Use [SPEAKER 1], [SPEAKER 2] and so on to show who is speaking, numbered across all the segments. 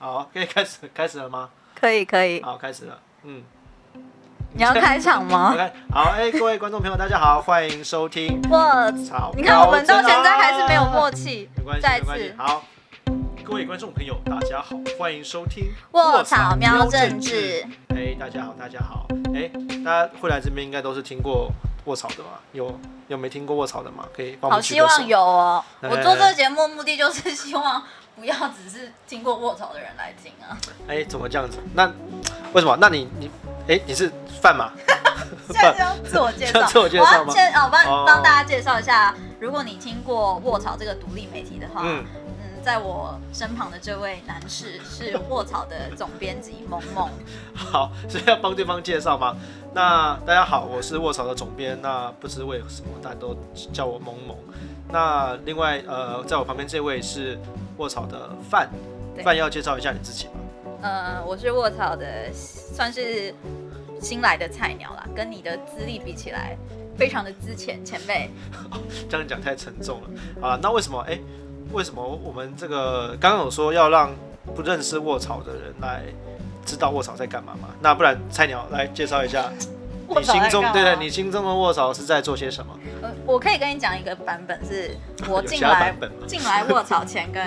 [SPEAKER 1] 好，可以开始开始了吗？
[SPEAKER 2] 可以可以，
[SPEAKER 1] 好，开始了。嗯，
[SPEAKER 2] 你要开场 吗？
[SPEAKER 1] OK，好，哎、各位观众朋友，大家好，欢迎收听
[SPEAKER 2] 我，
[SPEAKER 1] 草。啊
[SPEAKER 2] 你看我们到现在还是啊没有默，契
[SPEAKER 1] 没关。系，
[SPEAKER 2] 再
[SPEAKER 1] 没关系
[SPEAKER 2] 次。，
[SPEAKER 1] 好，各位观众朋友，大家好，欢迎收听
[SPEAKER 2] 卧草喵政
[SPEAKER 1] 治。
[SPEAKER 2] 治，
[SPEAKER 1] 哎、大家好，大家好，哎、大家会来这边应该都是听过卧草的吧？有有没听过卧草的吗？可以帮我
[SPEAKER 2] 好
[SPEAKER 1] 们举
[SPEAKER 2] 希
[SPEAKER 1] 个手
[SPEAKER 2] 望有哦。
[SPEAKER 1] 来
[SPEAKER 2] 我
[SPEAKER 1] 来
[SPEAKER 2] 做这
[SPEAKER 1] 来
[SPEAKER 2] 个节目目的就是希望不要只是经过卧槽的人来听 啊。
[SPEAKER 1] 哎、怎么这样子？那为什么？那你你哎、你是范马？
[SPEAKER 2] 现在是要自我介绍，
[SPEAKER 1] 要自我介绍吗
[SPEAKER 2] 我要先哦，我帮
[SPEAKER 1] 哦
[SPEAKER 2] 帮大家介绍一下，如果你听过卧槽这个独立媒体的话，
[SPEAKER 1] 嗯
[SPEAKER 2] 嗯，在我身旁的这位男士是卧槽的总编辑萌萌。
[SPEAKER 1] 好，是要帮对方介绍吗？那大家好，我是卧槽的总编。那不知为什么大家都叫我萌萌。那另外呃，在我旁边这位是卧槽的范，
[SPEAKER 2] 对
[SPEAKER 1] 范要介绍一下你自己吗？
[SPEAKER 2] 呃，我是卧槽的，算是新来的菜鸟啦，跟你的资历比起来，非常的资浅前辈。
[SPEAKER 1] 这样讲太沉重了。好了，那为什么哎、为什么我们这个刚刚有说要让不认识卧槽的人来知道卧槽在干嘛吗？那不然菜鸟来介绍一下
[SPEAKER 2] 卧
[SPEAKER 1] 你
[SPEAKER 2] 槽在
[SPEAKER 1] 心中
[SPEAKER 2] 干嘛
[SPEAKER 1] 对对，你心中的卧槽是在做些什么？
[SPEAKER 2] 呃，我可以跟你讲一个版本是，我
[SPEAKER 1] 有
[SPEAKER 2] 进
[SPEAKER 1] 其他
[SPEAKER 2] 来
[SPEAKER 1] 版本吗
[SPEAKER 2] 进来卧槽前跟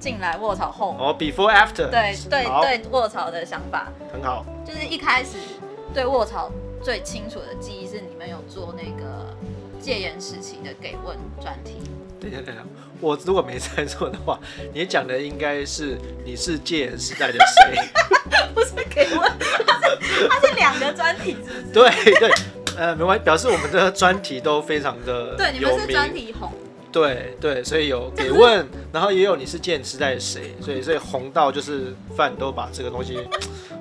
[SPEAKER 2] 进来卧槽后，
[SPEAKER 1] 哦、b e f o r e after，
[SPEAKER 2] 对对
[SPEAKER 1] 好，
[SPEAKER 2] 对卧槽的想法，
[SPEAKER 1] 很好。
[SPEAKER 2] 就是一开始对卧槽最清楚的记忆是你们有做那个戒严时期的给问专 题，
[SPEAKER 1] 等一下，等一下，我如果没猜错的话，你讲的应该是你是戒严时代的谁？
[SPEAKER 2] 不是给问，它是它是两个专题，是不是？
[SPEAKER 1] 对对，呃，没关系，表示我们的专题都非常的
[SPEAKER 2] 对，你
[SPEAKER 1] 有
[SPEAKER 2] 们是
[SPEAKER 1] 名
[SPEAKER 2] 专题红。
[SPEAKER 1] 对对，所以有给问，然后也有你是戒严时代的谁，所以所以红到就是饭都把这个东西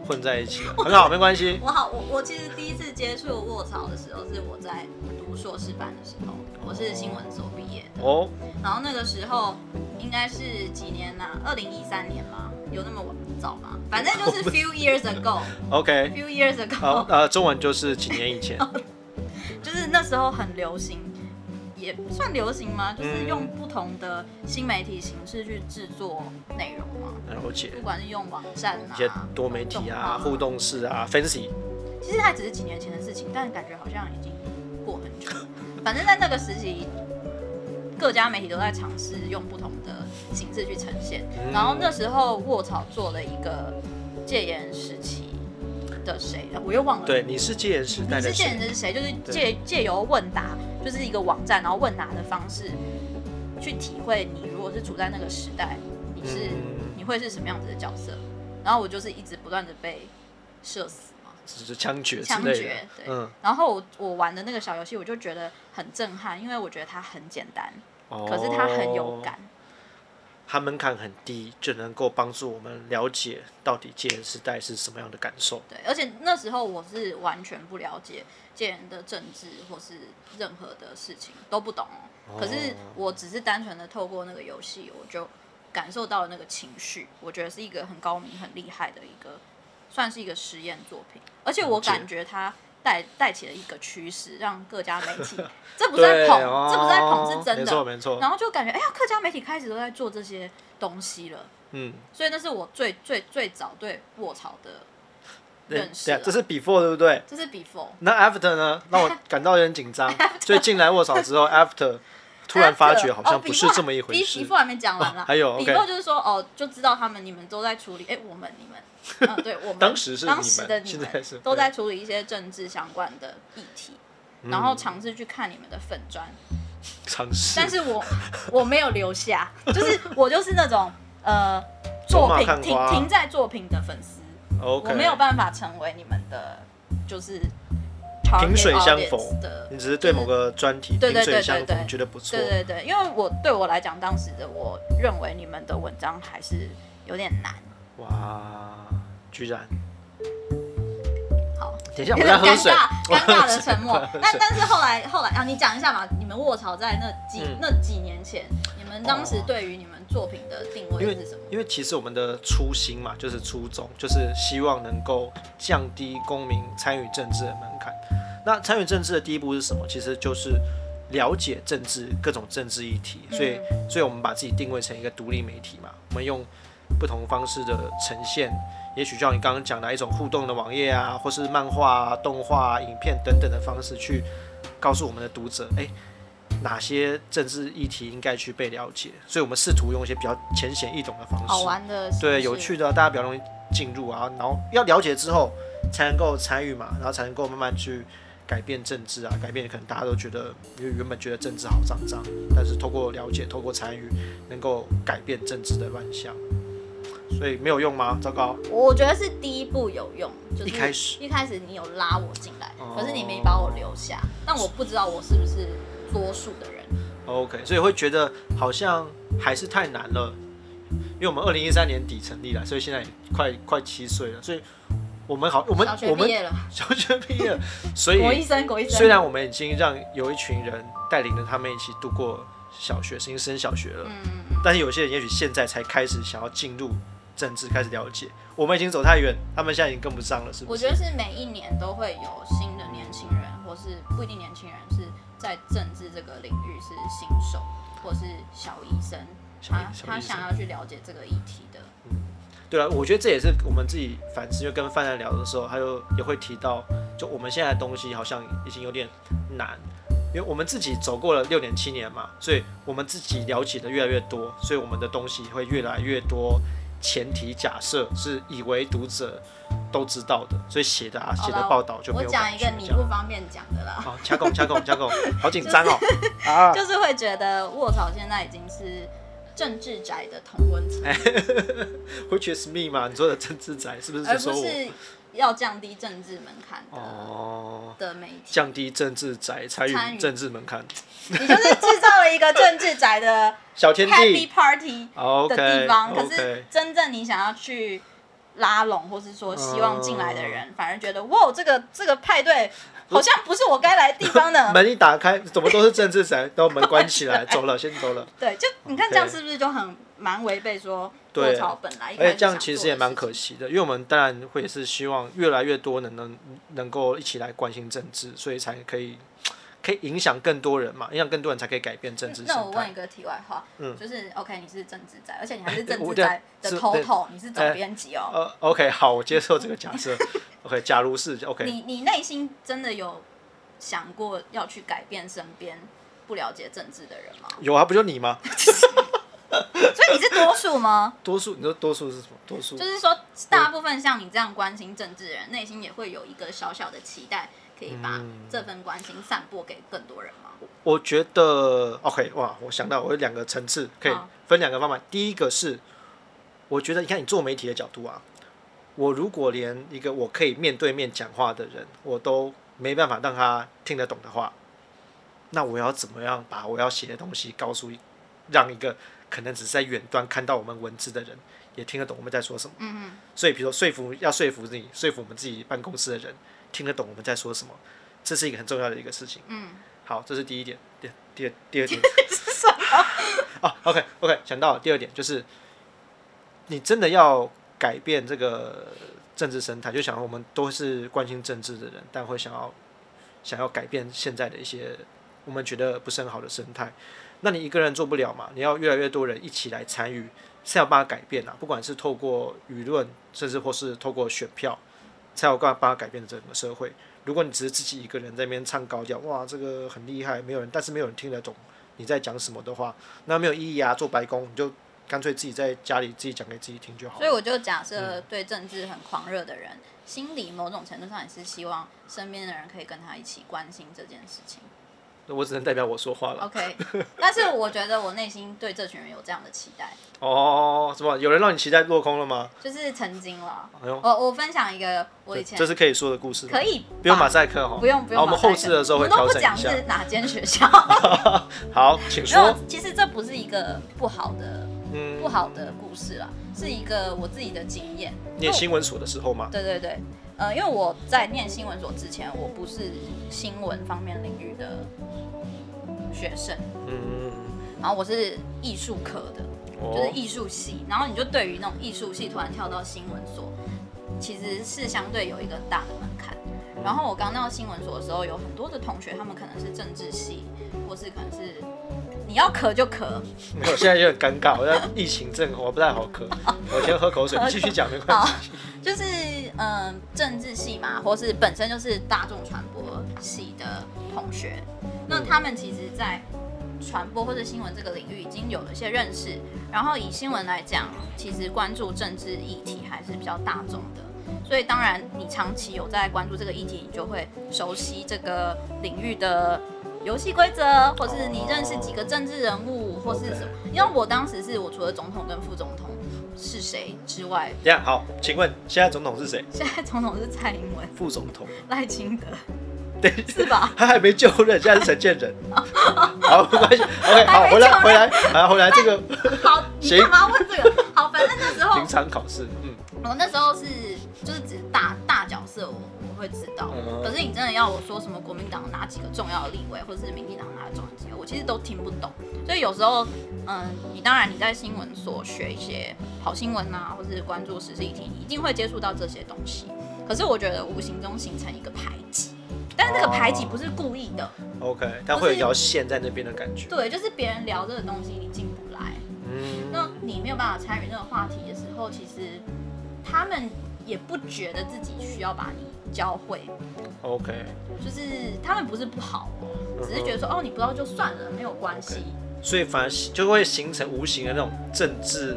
[SPEAKER 1] 混在一起了，很好，没关系。
[SPEAKER 2] 我好，我我其实第一次接触卧槽的时候是我在读硕士班的时候，我是新闻所毕业的，
[SPEAKER 1] 哦，
[SPEAKER 2] 然后那个时候应该是几年呐、2二零一三年吗？有那么晚早吗？反正 就是 few years ago，few
[SPEAKER 1] ，OK，
[SPEAKER 2] years
[SPEAKER 1] 好
[SPEAKER 2] ago，，
[SPEAKER 1] 呃，中文就是几年以 前，
[SPEAKER 2] 就是那时候很流行，也不算流行吗？就是
[SPEAKER 1] 嗯
[SPEAKER 2] 用不同的新媒体形式去制作内容嘛，
[SPEAKER 1] 了解
[SPEAKER 2] 不管是用网站
[SPEAKER 1] 一
[SPEAKER 2] 啊
[SPEAKER 1] 些、多媒体啊、互，动式啊、fancy，
[SPEAKER 2] 其实它只是几年前的事情，但感觉好像已经过很久 了。反正在那个时期，各家媒体都在尝试用不同的形式去呈现。
[SPEAKER 1] 嗯
[SPEAKER 2] 然后那时候卧草做了一个戒严时期的谁，我又忘了。
[SPEAKER 1] 嗯对，你是戒严时代
[SPEAKER 2] 你
[SPEAKER 1] 的
[SPEAKER 2] 是戒
[SPEAKER 1] 谁
[SPEAKER 2] 严？的是谁？就是借借由问答，就是一个网站，然后问答的方式去体会你如果是处在那个时代，你是、
[SPEAKER 1] 嗯
[SPEAKER 2] 你会是什么样子的角色？然后我就是一直不断的被射死嘛，
[SPEAKER 1] 就是枪决之
[SPEAKER 2] 枪
[SPEAKER 1] 类
[SPEAKER 2] 决
[SPEAKER 1] 的。，
[SPEAKER 2] 对。
[SPEAKER 1] 嗯，
[SPEAKER 2] 然后我我玩的那个小游戏，我就觉得很震撼，因为我觉得它很简单，可是它很有
[SPEAKER 1] 哦，
[SPEAKER 2] 感。
[SPEAKER 1] 它门槛很低，就能够帮助我们了解到底戒严时代是什么样的感受。
[SPEAKER 2] 对，而且那时候我是完全不了解戒严的政治或是任何的事情都不懂哦、
[SPEAKER 1] 哦
[SPEAKER 2] 可是我只是单纯的透过那个游戏，我就感受到了那个情绪，我觉得是一个很高明、很厉害的一个，算是一个实验作品。而且我
[SPEAKER 1] 了解
[SPEAKER 2] 感觉它带带起了一个趋势，让各家媒 体，这不是在捧，
[SPEAKER 1] 对哦
[SPEAKER 2] 这不是在捧，是真
[SPEAKER 1] 没错
[SPEAKER 2] 的。
[SPEAKER 1] 没错。
[SPEAKER 2] 然后就感觉，哎呀，各家媒体开始都在做这些东西了，
[SPEAKER 1] 嗯，
[SPEAKER 2] 所以那是我最最最早对卧槽的
[SPEAKER 1] 对
[SPEAKER 2] 认识
[SPEAKER 1] 对
[SPEAKER 2] 啊
[SPEAKER 1] 啊，。这是 before 对不对？
[SPEAKER 2] 这是 before，
[SPEAKER 1] 那 after 呢？让我感到有点紧张。所以进来卧槽之后，after 突然发觉
[SPEAKER 2] 哦
[SPEAKER 1] 好像不是这么一回
[SPEAKER 2] 哎比
[SPEAKER 1] 事
[SPEAKER 2] 比。还没讲完啦，
[SPEAKER 1] 哦还有
[SPEAKER 2] 比
[SPEAKER 1] OK
[SPEAKER 2] 佛就是说哦，就知道他们你们都在处理，哎，我们你 们，嗯，对，我们
[SPEAKER 1] 当时是你们
[SPEAKER 2] 当时的你
[SPEAKER 1] 现在是
[SPEAKER 2] 们都在处理一些政治相关的议题，
[SPEAKER 1] 嗯
[SPEAKER 2] 然后尝试去看你们的粉砖，
[SPEAKER 1] 尝试，
[SPEAKER 2] 但是我我没有留下，就是我就是那种呃
[SPEAKER 1] 走马
[SPEAKER 2] 作品
[SPEAKER 1] 看
[SPEAKER 2] 停
[SPEAKER 1] 花
[SPEAKER 2] 停在作品的粉丝，
[SPEAKER 1] OK，
[SPEAKER 2] 我没有办法成为你们的就是 target
[SPEAKER 1] 萍水相
[SPEAKER 2] audience
[SPEAKER 1] 逢
[SPEAKER 2] 的
[SPEAKER 1] 你只是对某个专题
[SPEAKER 2] 对
[SPEAKER 1] 萍
[SPEAKER 2] 对
[SPEAKER 1] 水
[SPEAKER 2] 对
[SPEAKER 1] 相
[SPEAKER 2] 对
[SPEAKER 1] 逢，
[SPEAKER 2] 对
[SPEAKER 1] 觉得不错
[SPEAKER 2] 对。对对，因为我对我来讲，当时的我认为你们的文章还是有点难。
[SPEAKER 1] 哇，居然！
[SPEAKER 2] 好，
[SPEAKER 1] 等一下，
[SPEAKER 2] 有
[SPEAKER 1] 我
[SPEAKER 2] 点
[SPEAKER 1] 在喝
[SPEAKER 2] 尴
[SPEAKER 1] 水
[SPEAKER 2] 尬，
[SPEAKER 1] 我
[SPEAKER 2] 尴尬的
[SPEAKER 1] 喝水
[SPEAKER 2] 沉 默。但但是后来后来啊，你讲一下嘛，你们卧槽在那几、
[SPEAKER 1] 嗯
[SPEAKER 2] 那几年前，你们当时对于你们作品的定
[SPEAKER 1] 因
[SPEAKER 2] 位
[SPEAKER 1] 为
[SPEAKER 2] 是什么？
[SPEAKER 1] 因为其实我们的初心嘛，就是初衷，就是希望能够降低公民参与政治的门槛。那参与政治的第一步是什么？其实就是了解政
[SPEAKER 2] 嗯
[SPEAKER 1] 治各种政治议题。所以，所以我们把自己定位成一个独立媒体嘛，我们用不同方式的呈现，也许就像你刚刚讲的一种互动的网页啊，或是漫画、啊、动画、啊、影片等等的方式，去告诉我们的读者，哎、哪些政治议题应该去被了解。所以我们试图用一些比较浅显易懂的方式，
[SPEAKER 2] 好玩的，
[SPEAKER 1] 对，有趣。的啊，大家比较容易进入啊，然后要了解之后才能够参与嘛，然后才能够慢慢去改变政治啊，改变可能大家都觉得，因为原本觉得政治好脏脏，但是透过了解，透过参与，能够改变政治的乱象，所以没有用吗？糟糕，
[SPEAKER 2] 我觉得是第一步有用，就是
[SPEAKER 1] 一开始
[SPEAKER 2] 一开始你有拉我进来
[SPEAKER 1] 哦，
[SPEAKER 2] 可是你没把我留下，但我不知道我是不是多数的人。
[SPEAKER 1] OK，所以会觉得好像还是太难了，因为我们二零一三年底成立了，所以现在也快快七岁了，所以我们好，我们
[SPEAKER 2] 小学
[SPEAKER 1] 我
[SPEAKER 2] 毕
[SPEAKER 1] 们
[SPEAKER 2] 业了，
[SPEAKER 1] 小学毕业了，所以
[SPEAKER 2] 国一生，国一生。
[SPEAKER 1] 虽然我们已经让有一群人带领着他们一起度过小学，已经升小学了，
[SPEAKER 2] 嗯，嗯嗯
[SPEAKER 1] 但是有些人也许现在才开始想要进入政治，开始了解。我们已经走太远，他们现在已经跟不上了，是不
[SPEAKER 2] 我
[SPEAKER 1] 是
[SPEAKER 2] 觉？得是每一年都会有新的年轻人，或是不一定年轻人是在政治这个领域是新手，或是小医生，
[SPEAKER 1] 小
[SPEAKER 2] 他
[SPEAKER 1] 小
[SPEAKER 2] 啊他
[SPEAKER 1] 医生
[SPEAKER 2] 想要去了解这个议题的。
[SPEAKER 1] 对了，我觉得这也是我们自己反思，就跟范范聊的时候，他就也会提到，就我们现在的东西好像已经有点难，因为我们自己走过了六年七年嘛，所以我们自己了解的越来越多，所以我们的东西会越来越多。前提假设是以为读者都知道的，所以写的啊
[SPEAKER 2] 好
[SPEAKER 1] 写的
[SPEAKER 2] 啦
[SPEAKER 1] 报道就没
[SPEAKER 2] 我
[SPEAKER 1] 有
[SPEAKER 2] 讲
[SPEAKER 1] 感
[SPEAKER 2] 一
[SPEAKER 1] 觉
[SPEAKER 2] 个你
[SPEAKER 1] 这样
[SPEAKER 2] 不方便讲的啦，
[SPEAKER 1] 好，加工加工加工，好紧张哦啊！
[SPEAKER 2] 就是会觉得卧槽，现在已经是政治宅的同温层，
[SPEAKER 1] 哎 Which is me 嘛？你说的政治宅是不是
[SPEAKER 2] 而
[SPEAKER 1] 只
[SPEAKER 2] 呃
[SPEAKER 1] 说
[SPEAKER 2] 不
[SPEAKER 1] 我？
[SPEAKER 2] 是要降低政治门槛的
[SPEAKER 1] 哦，
[SPEAKER 2] 的媒体。
[SPEAKER 1] 降低政治宅参
[SPEAKER 2] 参
[SPEAKER 1] 与
[SPEAKER 2] 与
[SPEAKER 1] 政治门槛，
[SPEAKER 2] 你就是制造了一个政治宅的
[SPEAKER 1] 小 天
[SPEAKER 2] happy
[SPEAKER 1] 地。
[SPEAKER 2] party。
[SPEAKER 1] OK
[SPEAKER 2] 的地方。可是
[SPEAKER 1] OK，
[SPEAKER 2] 真正你想要去拉拢，或是说希望进来的人，
[SPEAKER 1] 嗯
[SPEAKER 2] 反而觉得哇，这个这个派对好像不是我该来的地方呢。
[SPEAKER 1] 门一打开，怎么都是政治宅，然后门关起 来，走了，先走了。
[SPEAKER 2] 对，就你看这样是不是就很蛮违背说
[SPEAKER 1] 对
[SPEAKER 2] 落草本来一开
[SPEAKER 1] 而
[SPEAKER 2] 始
[SPEAKER 1] 且哎这样其实也蛮
[SPEAKER 2] 哎想做
[SPEAKER 1] 可
[SPEAKER 2] 的事
[SPEAKER 1] 惜的，因为我们当然会是希望越来越多人能能够一起来关心政治，所以才可以可以影响更多人嘛，影响更多人才可以改变政治
[SPEAKER 2] 情。
[SPEAKER 1] 生
[SPEAKER 2] 那我问
[SPEAKER 1] 态
[SPEAKER 2] 一。个题外话，
[SPEAKER 1] 嗯哎
[SPEAKER 2] 就是 OK，你是政治宅，而且你还是政
[SPEAKER 1] 我
[SPEAKER 2] 治
[SPEAKER 1] 对
[SPEAKER 2] 宅的
[SPEAKER 1] 是
[SPEAKER 2] 头
[SPEAKER 1] 对
[SPEAKER 2] 头，你是总编辑哦。
[SPEAKER 1] 呃，OK，好，我接受这个假 设。OK，假如是 OK，
[SPEAKER 2] 你你内心真的有想过要去改变身边不了解政治的人 吗？
[SPEAKER 1] 有啊，不就你吗？
[SPEAKER 2] 所以你是多数吗？
[SPEAKER 1] 多数，你说多数是什么？多数
[SPEAKER 2] 就是说，大部分像你这样关心政治的人，内心也会有一个小小的期待，可以把
[SPEAKER 1] 嗯
[SPEAKER 2] 这份关心散播给更多人吗？
[SPEAKER 1] 我觉得 OK，哇，我想到我有两个层次，可以
[SPEAKER 2] 好
[SPEAKER 1] 分两个方法。第一个是，我觉得你看你做媒体的角度啊，我如果连一个我可以面对面讲话的人，我都没办法让他听得懂的话，那我要怎么样把我要写的东西告诉一，让一个可能只是在远端看到我们文字的人也听得懂我们在说什么？
[SPEAKER 2] 嗯
[SPEAKER 1] 所以，比如说说服要说服你，说服我们自己办公室的人听得懂我们在说什么，这是一个很重要的一个事情。
[SPEAKER 2] 嗯，
[SPEAKER 1] 好，这是第一点。第第二第二点 哦，OK OK，想到了第二点就是，你真的要改变这个政治生态，就想我们都是关心政治的人，但会想要想要改变现在的一些我们觉得不是很好的生态。那你一个人做不了嘛？你要越来越多人一起来参与，才有办法改变啊！不管是透过舆论，甚至或是透过选票，才有办法帮他改变整个社会。如果你只是自己一个人在那边唱高调，哇，这个很厉害，没有人，但是没有人听得懂你在讲什么的话，那没有意义啊！做白工，你就干脆自己在家里自己讲给自己听就好嗯
[SPEAKER 2] 所
[SPEAKER 1] 了
[SPEAKER 2] 以。我就假设对政治很狂热的人，心里某种程度上也是希望身边的人可以跟他一起关心这件事情。
[SPEAKER 1] 那我只能代表我说话了。
[SPEAKER 2] OK，但是我觉得我内心对这群人有这样的期待，
[SPEAKER 1] 哦，什么？有人让你期待落空了吗？
[SPEAKER 2] 就是曾经了。
[SPEAKER 1] 哎呦，
[SPEAKER 2] 我我分享一个哦我以前
[SPEAKER 1] 这是可以说的故事吗，
[SPEAKER 2] 可以
[SPEAKER 1] 不用
[SPEAKER 2] 吧
[SPEAKER 1] 马赛克哈，哦
[SPEAKER 2] 不用不用
[SPEAKER 1] 好，我们
[SPEAKER 2] 马赛
[SPEAKER 1] 后
[SPEAKER 2] 克
[SPEAKER 1] 置的时候
[SPEAKER 2] 我
[SPEAKER 1] 会
[SPEAKER 2] 们
[SPEAKER 1] 调
[SPEAKER 2] 都不
[SPEAKER 1] 整
[SPEAKER 2] 讲
[SPEAKER 1] 一下
[SPEAKER 2] 是。哪间学校。
[SPEAKER 1] 好，请
[SPEAKER 2] 没有
[SPEAKER 1] 说。，
[SPEAKER 2] 其实这不是一个不好的
[SPEAKER 1] 嗯，
[SPEAKER 2] 不好的故事啦，是一个我自己的经验。
[SPEAKER 1] 念新闻所的时候嘛，
[SPEAKER 2] 对对对，呃，因为我在念新闻所之前，我不是新闻方面领域的学生，
[SPEAKER 1] 嗯嗯，嗯
[SPEAKER 2] 然后我是艺术科的，
[SPEAKER 1] 嗯
[SPEAKER 2] 就是
[SPEAKER 1] 哦，
[SPEAKER 2] 艺术系，然后你就对于那种艺术系突然跳到新闻所，其实是相对有一个大的门槛。然后我刚到新闻所的时候，有很多的同学，他们可能是政治系，或是可能是你要咳就咳。
[SPEAKER 1] 没有，现在有点尴尬，我在疫情症，我不太好咳，我先喝口 水，你继续讲没关
[SPEAKER 2] 好
[SPEAKER 1] 系。，
[SPEAKER 2] 就是嗯、政治系嘛，或是本身就是大众传播系的同学，那他们其实，在传播或者新闻这个领域已经有了一些认识。然后以新闻来讲，其实关注政治议题还是比较大众的，所以当然你长期有在关注这个议题，你就会熟悉这个领域的。游戏规则，或是你认识几个政治人物，或是什么？因为我当时是我除了总统跟副总统是谁之外，
[SPEAKER 1] 这样好，请问现在总统是谁？
[SPEAKER 2] 现在总统是蔡英文、
[SPEAKER 1] 副总统，
[SPEAKER 2] 赖清德，
[SPEAKER 1] 对，
[SPEAKER 2] 是吧？
[SPEAKER 1] 他还没就任，现在是陈建 仁。好，没关系，OK，好，回来回来，啊，回来这个
[SPEAKER 2] 好，你干嘛问这个？ 好，反正那时 候
[SPEAKER 1] 临场考试，嗯，
[SPEAKER 2] 我那时候是就是只是大大角色我，我会知道。
[SPEAKER 1] 嗯
[SPEAKER 2] 可是你真的要我说什么国民党哪几个重要的立委，或是民进党哪个重要的立委，我其实都听不懂。所以有时候，嗯，你当然你在新闻所学一些好新闻啊，或是关注时事议题，你一定会接触到这些东西。可是我觉得无形中形成一个排挤，但是这个排挤不是故意的，
[SPEAKER 1] OK，它会有一条线在那边的感觉。
[SPEAKER 2] 嗯对，就是别人聊这个东西你进不来，
[SPEAKER 1] 嗯，
[SPEAKER 2] 那你没有办法参与那个话题的时候，其实他们也不觉得自己需要把你教会，
[SPEAKER 1] OK，
[SPEAKER 2] 就是他们不是不好哦，只是觉得
[SPEAKER 1] 嗯
[SPEAKER 2] 说哦你不知道就算了，没有关系。
[SPEAKER 1] 所以反而就会形成无形的那种政治。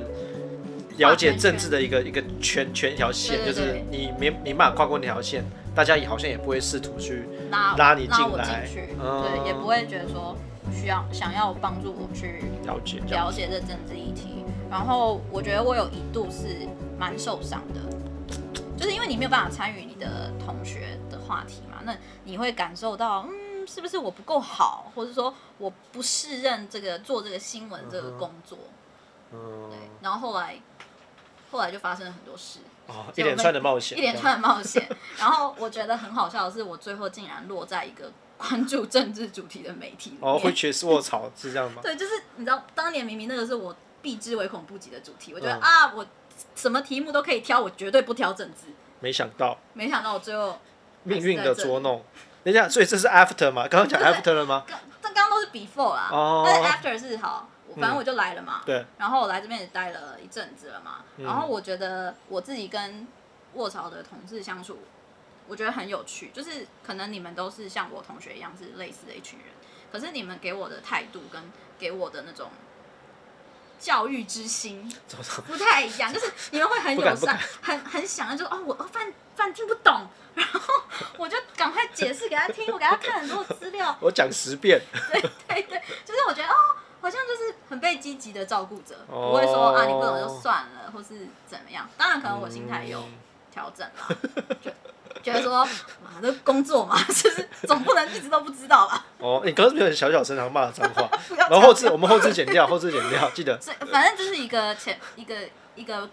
[SPEAKER 1] 了解政治的一个一个圈圈一条线，就
[SPEAKER 2] 对对
[SPEAKER 1] 是
[SPEAKER 2] 对
[SPEAKER 1] 你没没办法跨过那条线，大家也好像也不会试图去
[SPEAKER 2] 拉
[SPEAKER 1] 拉你进
[SPEAKER 2] 拉我
[SPEAKER 1] 来
[SPEAKER 2] 进去，
[SPEAKER 1] 嗯
[SPEAKER 2] 对，也不会觉得说需要想要帮助我去
[SPEAKER 1] 了解。这样
[SPEAKER 2] 了解这政治议题。然后我觉得我有一度是蛮受伤的，就是因为你没有办法参与你的同学的话题嘛，那你会感受到，嗯，是不是我不够好，或者说我不适任这个做这个新闻这个工作？
[SPEAKER 1] 嗯
[SPEAKER 2] 对，，然后后来后来就发生了很多事，
[SPEAKER 1] 哦，一
[SPEAKER 2] 就
[SPEAKER 1] 连
[SPEAKER 2] 被
[SPEAKER 1] 串的冒险，
[SPEAKER 2] 一连串的冒险。 然后我觉得很好笑的是，我最后竟然落在一个关注政治主题的媒体里面。
[SPEAKER 1] 哦，会学卧槽是这样吗？
[SPEAKER 2] 对，就是你知道，当年明明那个是我避之唯恐不及的主题，我觉得、
[SPEAKER 1] 嗯
[SPEAKER 2] 啊，我什么题目都可以挑，我绝对不挑政治。
[SPEAKER 1] 没想到
[SPEAKER 2] 没想到我最后，
[SPEAKER 1] 命运的捉弄。等一下，所以这是 after 吗？刚刚讲
[SPEAKER 2] 对
[SPEAKER 1] after 了吗？
[SPEAKER 2] 刚这刚刚都是 before 啦，
[SPEAKER 1] 哦
[SPEAKER 2] 但是 after 是好，我反
[SPEAKER 1] 嗯
[SPEAKER 2] 正我就来了嘛。
[SPEAKER 1] 对，嗯
[SPEAKER 2] 然后我来这边也待了一阵子了嘛，然后我觉得我自己跟卧槽的同事相处，我觉得很有趣，就是可能你们都是像我同学一样是类似的一群人，可是你们给我的态度跟给我的那种教育之心
[SPEAKER 1] 怎么说
[SPEAKER 2] 不太一样，就是你们会很友
[SPEAKER 1] 不敢
[SPEAKER 2] 善，很很想要就哦，我范范听不懂，然后我就赶快解释给他听，我给他看很多资料，
[SPEAKER 1] 我讲十遍，
[SPEAKER 2] 对对，就是我觉得哦，好像就是很被积极的照顾者，
[SPEAKER 1] 哦
[SPEAKER 2] 不会说啊你不懂就算了，或是怎么样。当然，可能我心态有
[SPEAKER 1] 嗯
[SPEAKER 2] 调整啦，就觉得说妈的工作嘛，就是总不能一直都不知道吧。
[SPEAKER 1] 哦，你刚刚是不是有点小小声，然后骂了脏话，
[SPEAKER 2] 不 要
[SPEAKER 1] 然后后置我们后置剪掉，后置剪掉，记得。
[SPEAKER 2] 所以反正就是一个前一个一个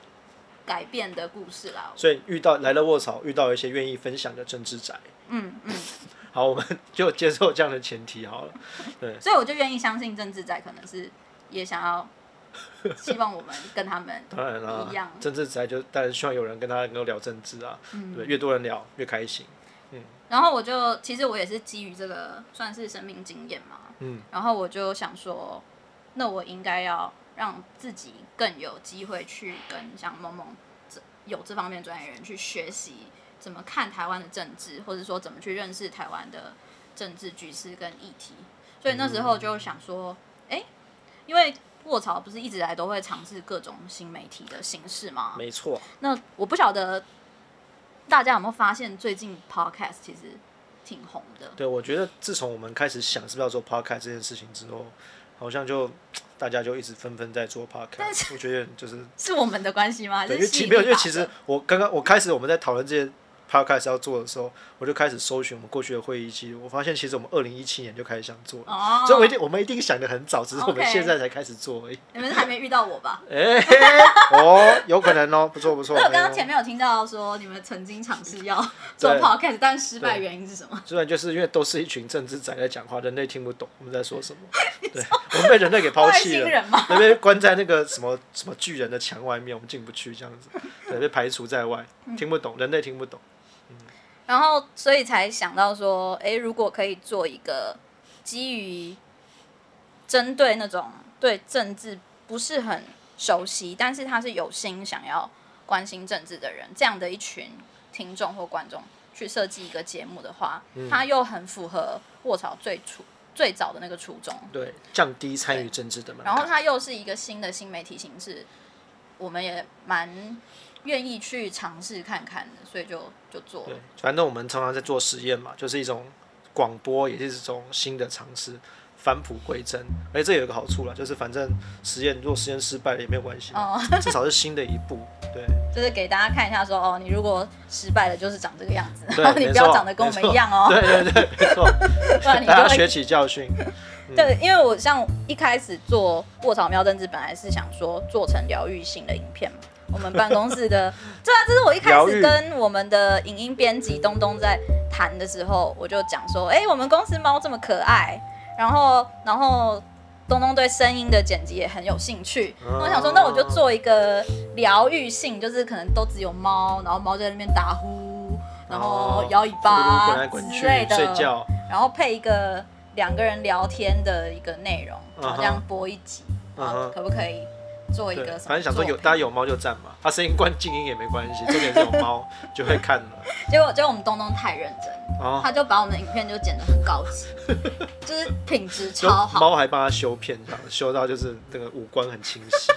[SPEAKER 2] 改变的故事啦。
[SPEAKER 1] 所以遇到来了卧槽，遇到一些愿意分享的政治宅，
[SPEAKER 2] 嗯嗯，
[SPEAKER 1] 好，我们 就接受这样的前提好了。对，
[SPEAKER 2] 所以我就愿意相信政治在可能是也想要希望我们跟他们
[SPEAKER 1] 当然啦
[SPEAKER 2] 一样，
[SPEAKER 1] 政治宅就当然希望有人跟他能够聊政治啊，
[SPEAKER 2] 嗯
[SPEAKER 1] 对，越多人聊越开心。
[SPEAKER 2] 然后我就其实我也是基于这个算是生命经验嘛，
[SPEAKER 1] 嗯，
[SPEAKER 2] 然后我就想说，那我应该要让自己更有机会去跟像萌萌这有这方面专业人去学习怎么看台湾的政治，或者说怎么去认识台湾的政治局势跟议题。所以那时候就想说，哎、因为卧槽不是一直来都会尝试各种新媒体的形式嘛，
[SPEAKER 1] 没错，
[SPEAKER 2] 那我不晓得大家有没有发现，最近 podcast 其实挺红的。
[SPEAKER 1] 对，我觉得自从我们开始想是不是要做 podcast 这件事情之后，好像就大家就一直纷纷在做 podcast。我觉得就是
[SPEAKER 2] 是我们的关系吗？还
[SPEAKER 1] 对，因
[SPEAKER 2] 是
[SPEAKER 1] 为
[SPEAKER 2] 吸
[SPEAKER 1] 其
[SPEAKER 2] 引
[SPEAKER 1] 没有，因为
[SPEAKER 2] 力法
[SPEAKER 1] 其实
[SPEAKER 2] 则
[SPEAKER 1] 我刚刚我开始我们在讨论这些 podcast 要做的时候，我就开始搜寻我们过去的会议记录，我发现其实我们二零一七年就开始想做了。
[SPEAKER 2] 哦，
[SPEAKER 1] 所以，我一定，我们一定想的很早，只是我们
[SPEAKER 2] OK
[SPEAKER 1] 现在才开始做而已。
[SPEAKER 2] 你们还没遇到我吧？
[SPEAKER 1] 哎、哦，有可能哦，不错不错。
[SPEAKER 2] 因为我刚
[SPEAKER 1] 哎
[SPEAKER 2] 刚
[SPEAKER 1] 呦
[SPEAKER 2] 前面有听到说你们曾经尝试要做
[SPEAKER 1] 对
[SPEAKER 2] podcast，但失败原因是什么？
[SPEAKER 1] 虽然就是因为都是一群政治宅在讲话，人类听不懂我们在 说什么。对，我们被人类给抛
[SPEAKER 2] 外
[SPEAKER 1] 弃
[SPEAKER 2] 星
[SPEAKER 1] 了。
[SPEAKER 2] 人吗？
[SPEAKER 1] 那被关在那个什么什么巨人的墙外面，我们进不去，这样子，对，被排除在外，
[SPEAKER 2] 嗯
[SPEAKER 1] 听不懂，人类听不懂。
[SPEAKER 2] 然后，所以才想到说，哎，如果可以做一个基于针对那种对政治不是很熟悉，但是他是有心想要关心政治的人，这样的一群听众或观众去设计一个节目的话，
[SPEAKER 1] 嗯
[SPEAKER 2] 他又很符合卧槽最初最早的那个初衷，
[SPEAKER 1] 对，降低参与政治的门槛。
[SPEAKER 2] 然后它又是一个新的新媒体形式，我们也蛮愿意去尝试看看的，所以就就做
[SPEAKER 1] 对
[SPEAKER 2] 了。，
[SPEAKER 1] 反正我们常常在做实验嘛，就是一种广播，也是一种新的尝试，返璞归真。而且这有一个好处啦，就是反正实验如果实验失败了也没有关系，
[SPEAKER 2] 哦，
[SPEAKER 1] 至少是新的一步。对，
[SPEAKER 2] 就是给大家看一下说哦，你如果失败了，就是长这个样子，
[SPEAKER 1] 对
[SPEAKER 2] 然后你
[SPEAKER 1] 没
[SPEAKER 2] 不要
[SPEAKER 1] 错
[SPEAKER 2] 长得跟我
[SPEAKER 1] 没
[SPEAKER 2] 们
[SPEAKER 1] 错
[SPEAKER 2] 一样哦，
[SPEAKER 1] 对对对，没 错，
[SPEAKER 2] 不然你就
[SPEAKER 1] 大家
[SPEAKER 2] 会
[SPEAKER 1] 学起教训。嗯
[SPEAKER 2] 对，因为我像一开始做卧草喵政治，本来是想说做成疗愈性的影片嘛。我们办公 室的，对啊，这是我一开
[SPEAKER 1] 疗
[SPEAKER 2] 始
[SPEAKER 1] 愈
[SPEAKER 2] 跟我们的影音编辑东东在谈的时候，我就讲说，哎、我们公司猫这么可爱，然后，然后东东对声音的剪辑也很有兴趣，
[SPEAKER 1] 哦
[SPEAKER 2] 我想说，那我就做一个疗愈性，就是可能都只有猫，然后猫在那边打呼，然后
[SPEAKER 1] 哦
[SPEAKER 2] 摇尾
[SPEAKER 1] 咕噜
[SPEAKER 2] 巴
[SPEAKER 1] 滚来滚去，
[SPEAKER 2] 之类的，
[SPEAKER 1] 睡觉。
[SPEAKER 2] 然后配一个两个人聊天的一个内容，
[SPEAKER 1] 嗯哼
[SPEAKER 2] 然后这样播一集，然后
[SPEAKER 1] 嗯哼
[SPEAKER 2] 可不可以做一
[SPEAKER 1] 对
[SPEAKER 2] 个，什么？
[SPEAKER 1] 反正想说有大家，有猫就赞嘛，它声音关静音也没关系，重点是有猫就会看了。
[SPEAKER 2] 结果结果我们东东太认真，
[SPEAKER 1] 哦，
[SPEAKER 2] 他就把我们的影片就剪得很高级，就是品质
[SPEAKER 1] 就
[SPEAKER 2] 超好。
[SPEAKER 1] 猫还帮它修片，这样修到就是那个五官很清晰，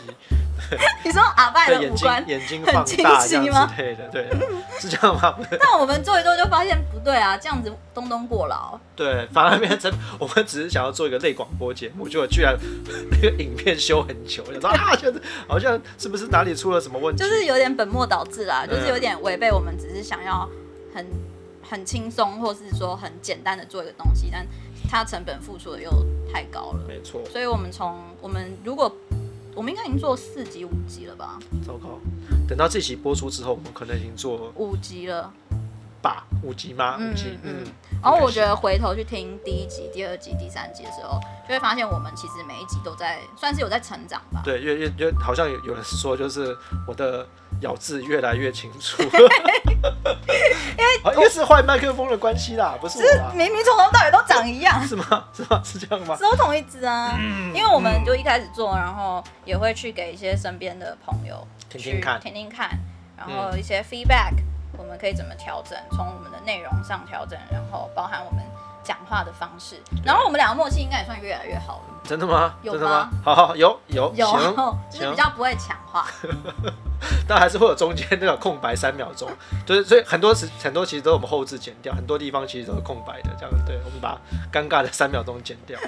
[SPEAKER 2] 你说阿拜
[SPEAKER 1] 对
[SPEAKER 2] 的
[SPEAKER 1] 眼
[SPEAKER 2] 五
[SPEAKER 1] 睛
[SPEAKER 2] 官，
[SPEAKER 1] 眼睛
[SPEAKER 2] 很
[SPEAKER 1] 放
[SPEAKER 2] 清
[SPEAKER 1] 大
[SPEAKER 2] 晰
[SPEAKER 1] 这样
[SPEAKER 2] 吗
[SPEAKER 1] 之类的，对， 是这样吗？
[SPEAKER 2] 但我们做一做就发现不对啊，这样子东东过劳。
[SPEAKER 1] 对，反而变成我们只是想要做一个类广播节目，结果居然 那个影片修很久，想说啊，就是好像是不是哪里出了什么问题？
[SPEAKER 2] 就是有点本末倒置啦，
[SPEAKER 1] 对
[SPEAKER 2] 就
[SPEAKER 1] 啊
[SPEAKER 2] 是有点违背我们只是想要很很轻松，或是说很简单的做一个东西，但它成本付出的又太高了。
[SPEAKER 1] 没错，
[SPEAKER 2] 所以我们从我们如果我们应该已经做四集五集了吧？
[SPEAKER 1] 糟糕。等到这期播出之后，我们可能已经做
[SPEAKER 2] 五集了，
[SPEAKER 1] 吧五集吗？五集，
[SPEAKER 2] 嗯
[SPEAKER 1] 嗯，
[SPEAKER 2] 然后我觉得回头去听第一集、第二集、第三集的时候，就会发现我们其实每一集都在算是有在成长吧。
[SPEAKER 1] 对，越越越好像有有人说，就是我的咬字越来越清楚， 哦因为因为是坏麦克风的关系啦，不是我啦，
[SPEAKER 2] 明明从头到尾都长一样，
[SPEAKER 1] 是吗？是吗？是这样吗？
[SPEAKER 2] 都同一只啊。
[SPEAKER 1] 嗯
[SPEAKER 2] 因为我们就一开始做，然后也会去给一些身边的朋友
[SPEAKER 1] 听
[SPEAKER 2] 去
[SPEAKER 1] 听看嗯
[SPEAKER 2] 听听看，然后一些 feedback，、我们可以怎么调整，从我们的内容上调整，然后包含我们讲话的方式，然后我们两个默契应该也算越来越好了。
[SPEAKER 1] 真的吗？
[SPEAKER 2] 有
[SPEAKER 1] 真的
[SPEAKER 2] 吗
[SPEAKER 1] 吗？好好有有
[SPEAKER 2] 有
[SPEAKER 1] 行，
[SPEAKER 2] 就是比
[SPEAKER 1] 行
[SPEAKER 2] 较不会抢话，
[SPEAKER 1] 但还是会有中间那个空白三秒钟，就是所以很多时很多其实都是我们后置剪掉，很多地方其实都是空白的，这样对，我们把尴尬的三秒钟剪掉，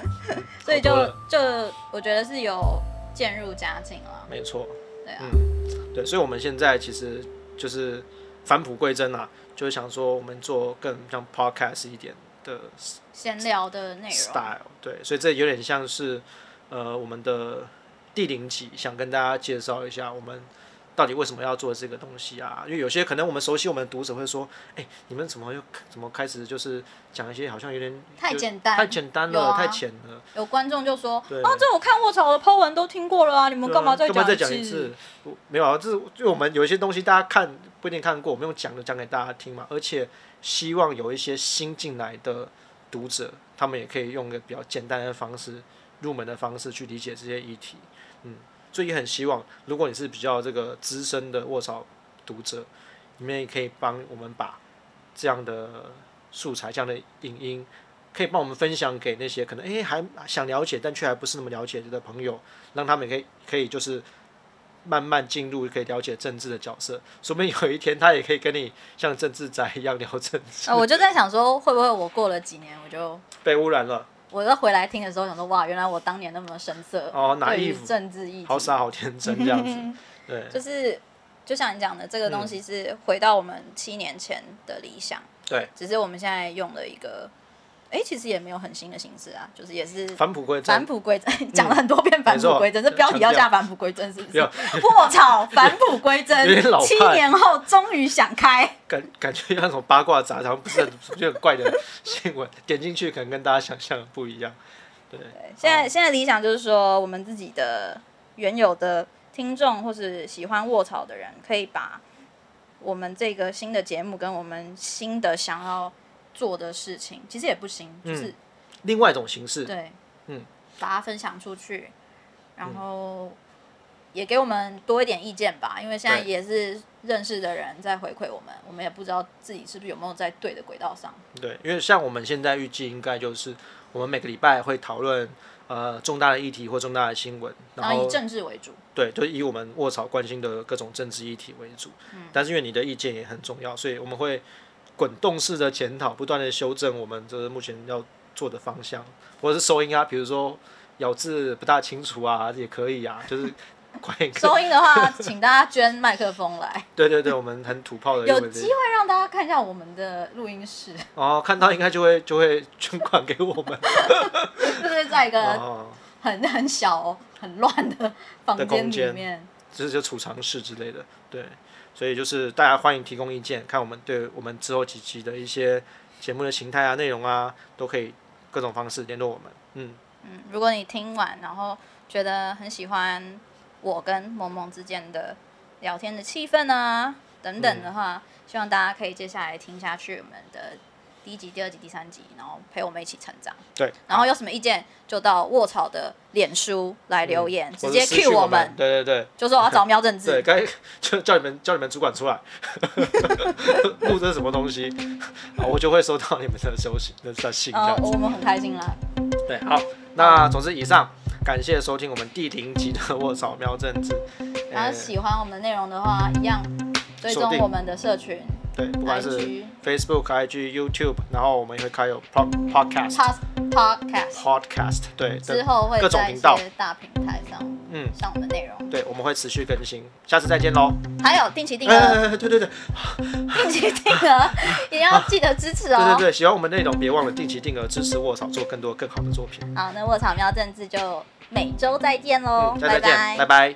[SPEAKER 2] 所以
[SPEAKER 1] 好多
[SPEAKER 2] 就
[SPEAKER 1] 了
[SPEAKER 2] 就我觉得是有渐入佳境了。
[SPEAKER 1] 没错，
[SPEAKER 2] 对啊，
[SPEAKER 1] 嗯，对，所以我们现在其实就是返璞归真啊，就是想说我们做更像 podcast 一点的
[SPEAKER 2] 闲聊的内容，
[SPEAKER 1] style，对，所以这有点像是呃我们的第零集，想跟大家介绍一下我们到底为什么要做这个东西啊？因为有些可能我们熟悉我们的读者会说，哎、你们怎么又怎么开始就是讲一些好像有点
[SPEAKER 2] 太
[SPEAKER 1] 就
[SPEAKER 2] 简单
[SPEAKER 1] 太简单
[SPEAKER 2] 有
[SPEAKER 1] 了，
[SPEAKER 2] 啊
[SPEAKER 1] 太浅了，
[SPEAKER 2] 有观众就说：“
[SPEAKER 1] 对
[SPEAKER 2] 哦，这我看卧槽的 po 文都听过了啊，你们
[SPEAKER 1] 对啊
[SPEAKER 2] 干嘛再
[SPEAKER 1] 干嘛再
[SPEAKER 2] 讲
[SPEAKER 1] 讲一次？ 我没有啊，这是就我们有一些东西大家看不一定看过，我们用讲的讲给大家听嘛，而且希望有一些新进来的读者，他们也可以用一个比较简单的方式、入门的方式去理解这些议题。嗯，所以也很希望，如果你是比较这个资深的卧槽读者，你们也可以帮我们把这样的素材、这样的影音。可以帮我们分享给那些可能诶、还想了解但却还不是那么了解的朋友，让他们也可以可以就是慢慢进入可以了解政治的角色，说不定有一天他也可以跟你像政治宅一样聊政治
[SPEAKER 2] 啊，。我就在想说，会不会我过了几年，我就
[SPEAKER 1] 被污染了，
[SPEAKER 2] 我又回来听的时候，想说哇，原来我当年那么深色
[SPEAKER 1] 哦拿
[SPEAKER 2] 对
[SPEAKER 1] 衣
[SPEAKER 2] 于
[SPEAKER 1] 服
[SPEAKER 2] 政治议题，
[SPEAKER 1] 好傻好天真这样子。对
[SPEAKER 2] 就是就像你讲的，这个东西是回到我们七年前的理想，
[SPEAKER 1] 对，
[SPEAKER 2] 只是我们现在用了一个，哎，其实也没有很新的形式啊，就是也是
[SPEAKER 1] 返璞归
[SPEAKER 2] 返
[SPEAKER 1] 真，
[SPEAKER 2] 璞归真，讲了很多遍返璞归
[SPEAKER 1] 嗯
[SPEAKER 2] 真，
[SPEAKER 1] 没
[SPEAKER 2] 这
[SPEAKER 1] 错
[SPEAKER 2] 标题要
[SPEAKER 1] 强
[SPEAKER 2] 下
[SPEAKER 1] 调
[SPEAKER 2] 返璞归真是不
[SPEAKER 1] 不
[SPEAKER 2] 是
[SPEAKER 1] 要？
[SPEAKER 2] 卧槽，返璞归
[SPEAKER 1] 有
[SPEAKER 2] 真
[SPEAKER 1] 点老，派
[SPEAKER 2] 七年后终于想开。
[SPEAKER 1] 感感觉像那种八卦杂志，好像不是 很就很怪的新闻，点进去可能跟大家想象的不一样。对，
[SPEAKER 2] 现在现在理想就是说，我们自己的原有的听众或是喜欢卧槽的人，可以把我们这个新的节目跟我们新的想要做的事情，其实也不行，就是、
[SPEAKER 1] 另外一种形式，
[SPEAKER 2] 嗯对，
[SPEAKER 1] 嗯，
[SPEAKER 2] 把它分享出去，然后也给我们多一点意见吧，因为现在
[SPEAKER 1] 对
[SPEAKER 2] 也是认识的人在回馈我们，我们也不知道自己是不是有没有在对的轨道上。
[SPEAKER 1] 对，因为像我们现在预计应该就是我们每个礼拜会讨论呃重大的议题或重大的新闻，
[SPEAKER 2] 然
[SPEAKER 1] 然
[SPEAKER 2] 后
[SPEAKER 1] 后
[SPEAKER 2] 以政治为主，
[SPEAKER 1] 对，就以我们卧槽关心的各种政治议题为主。
[SPEAKER 2] 嗯
[SPEAKER 1] 但是因为你的意见也很重要，所以我们会滚动式的检讨，不断的修正我们就是目前要做的方向，或者是收音啊，比如说咬字不大清楚啊，也可以啊，就是 关于
[SPEAKER 2] 收音的 话，请大家捐麦克风来，
[SPEAKER 1] 对对对，我们很土炮的
[SPEAKER 2] 有
[SPEAKER 1] 用
[SPEAKER 2] 机
[SPEAKER 1] 这
[SPEAKER 2] 会让大家看一下我们的录音室，
[SPEAKER 1] 哦，看到应该就会就会 捐款给我们
[SPEAKER 2] 就是在一个
[SPEAKER 1] 哦，
[SPEAKER 2] 很 很小、很乱的房
[SPEAKER 1] 的空
[SPEAKER 2] 间里
[SPEAKER 1] 间
[SPEAKER 2] 面。
[SPEAKER 1] 这是就储藏室之类的，对，所以就是大家欢迎提供意见，看我们对我们之后几期的一些节目的形态啊、内容啊，都可以各种方式联络我们，嗯。
[SPEAKER 2] 嗯，如果你听完然后觉得很喜欢我跟萌萌之间的聊天的气氛啊等等的
[SPEAKER 1] 嗯
[SPEAKER 2] 话，希望大家可以接下来听下去我们的第一集、第二集、第三集，然后陪我们一起成长。
[SPEAKER 1] 对，
[SPEAKER 2] 然后有什么意见就到卧槽的脸书来留言，直
[SPEAKER 1] 嗯或
[SPEAKER 2] 接
[SPEAKER 1] 者私讯
[SPEAKER 2] Q
[SPEAKER 1] 我
[SPEAKER 2] 们，
[SPEAKER 1] 对对对
[SPEAKER 2] 就说我 要找喵政
[SPEAKER 1] 对，
[SPEAKER 2] 治。
[SPEAKER 1] 该就叫你们叫你们主管出来， 录这是什么东西， 好，我就会收到你们的收信的的信这
[SPEAKER 2] 呃
[SPEAKER 1] 样，子。
[SPEAKER 2] 我们很开心啦，
[SPEAKER 1] 对，好，那总之以上，感谢收听我们第零集的卧槽喵政治。
[SPEAKER 2] 然后
[SPEAKER 1] 呃
[SPEAKER 2] 喜欢我们的内容的话，一样追
[SPEAKER 1] 锁嗯
[SPEAKER 2] 踪
[SPEAKER 1] 定
[SPEAKER 2] 我们的社群
[SPEAKER 1] 对，不管是
[SPEAKER 2] IG
[SPEAKER 1] Facebook、IG、YouTube，然后我们也会开有 pod- podcast、
[SPEAKER 2] Pod Podcast，
[SPEAKER 1] podcast，对，
[SPEAKER 2] 之
[SPEAKER 1] 这
[SPEAKER 2] 后会
[SPEAKER 1] 各种
[SPEAKER 2] 在一
[SPEAKER 1] 频道
[SPEAKER 2] 些大平台上
[SPEAKER 1] 嗯，
[SPEAKER 2] 上我们的内容。
[SPEAKER 1] 对，我们会持续更新，下次再见喽。
[SPEAKER 2] 还有定期定
[SPEAKER 1] 哎哎
[SPEAKER 2] 额，
[SPEAKER 1] 哎，哎对对对，
[SPEAKER 2] 定期 定额也要记得支持
[SPEAKER 1] 对
[SPEAKER 2] 哦
[SPEAKER 1] 对。对，喜欢我们内容，别忘了定期定额支持卧槽，做更多更好的作品。
[SPEAKER 2] 好，那卧草喵政治就每周再见喽
[SPEAKER 1] 嗯，，下次
[SPEAKER 2] 哦拜
[SPEAKER 1] 再见，拜拜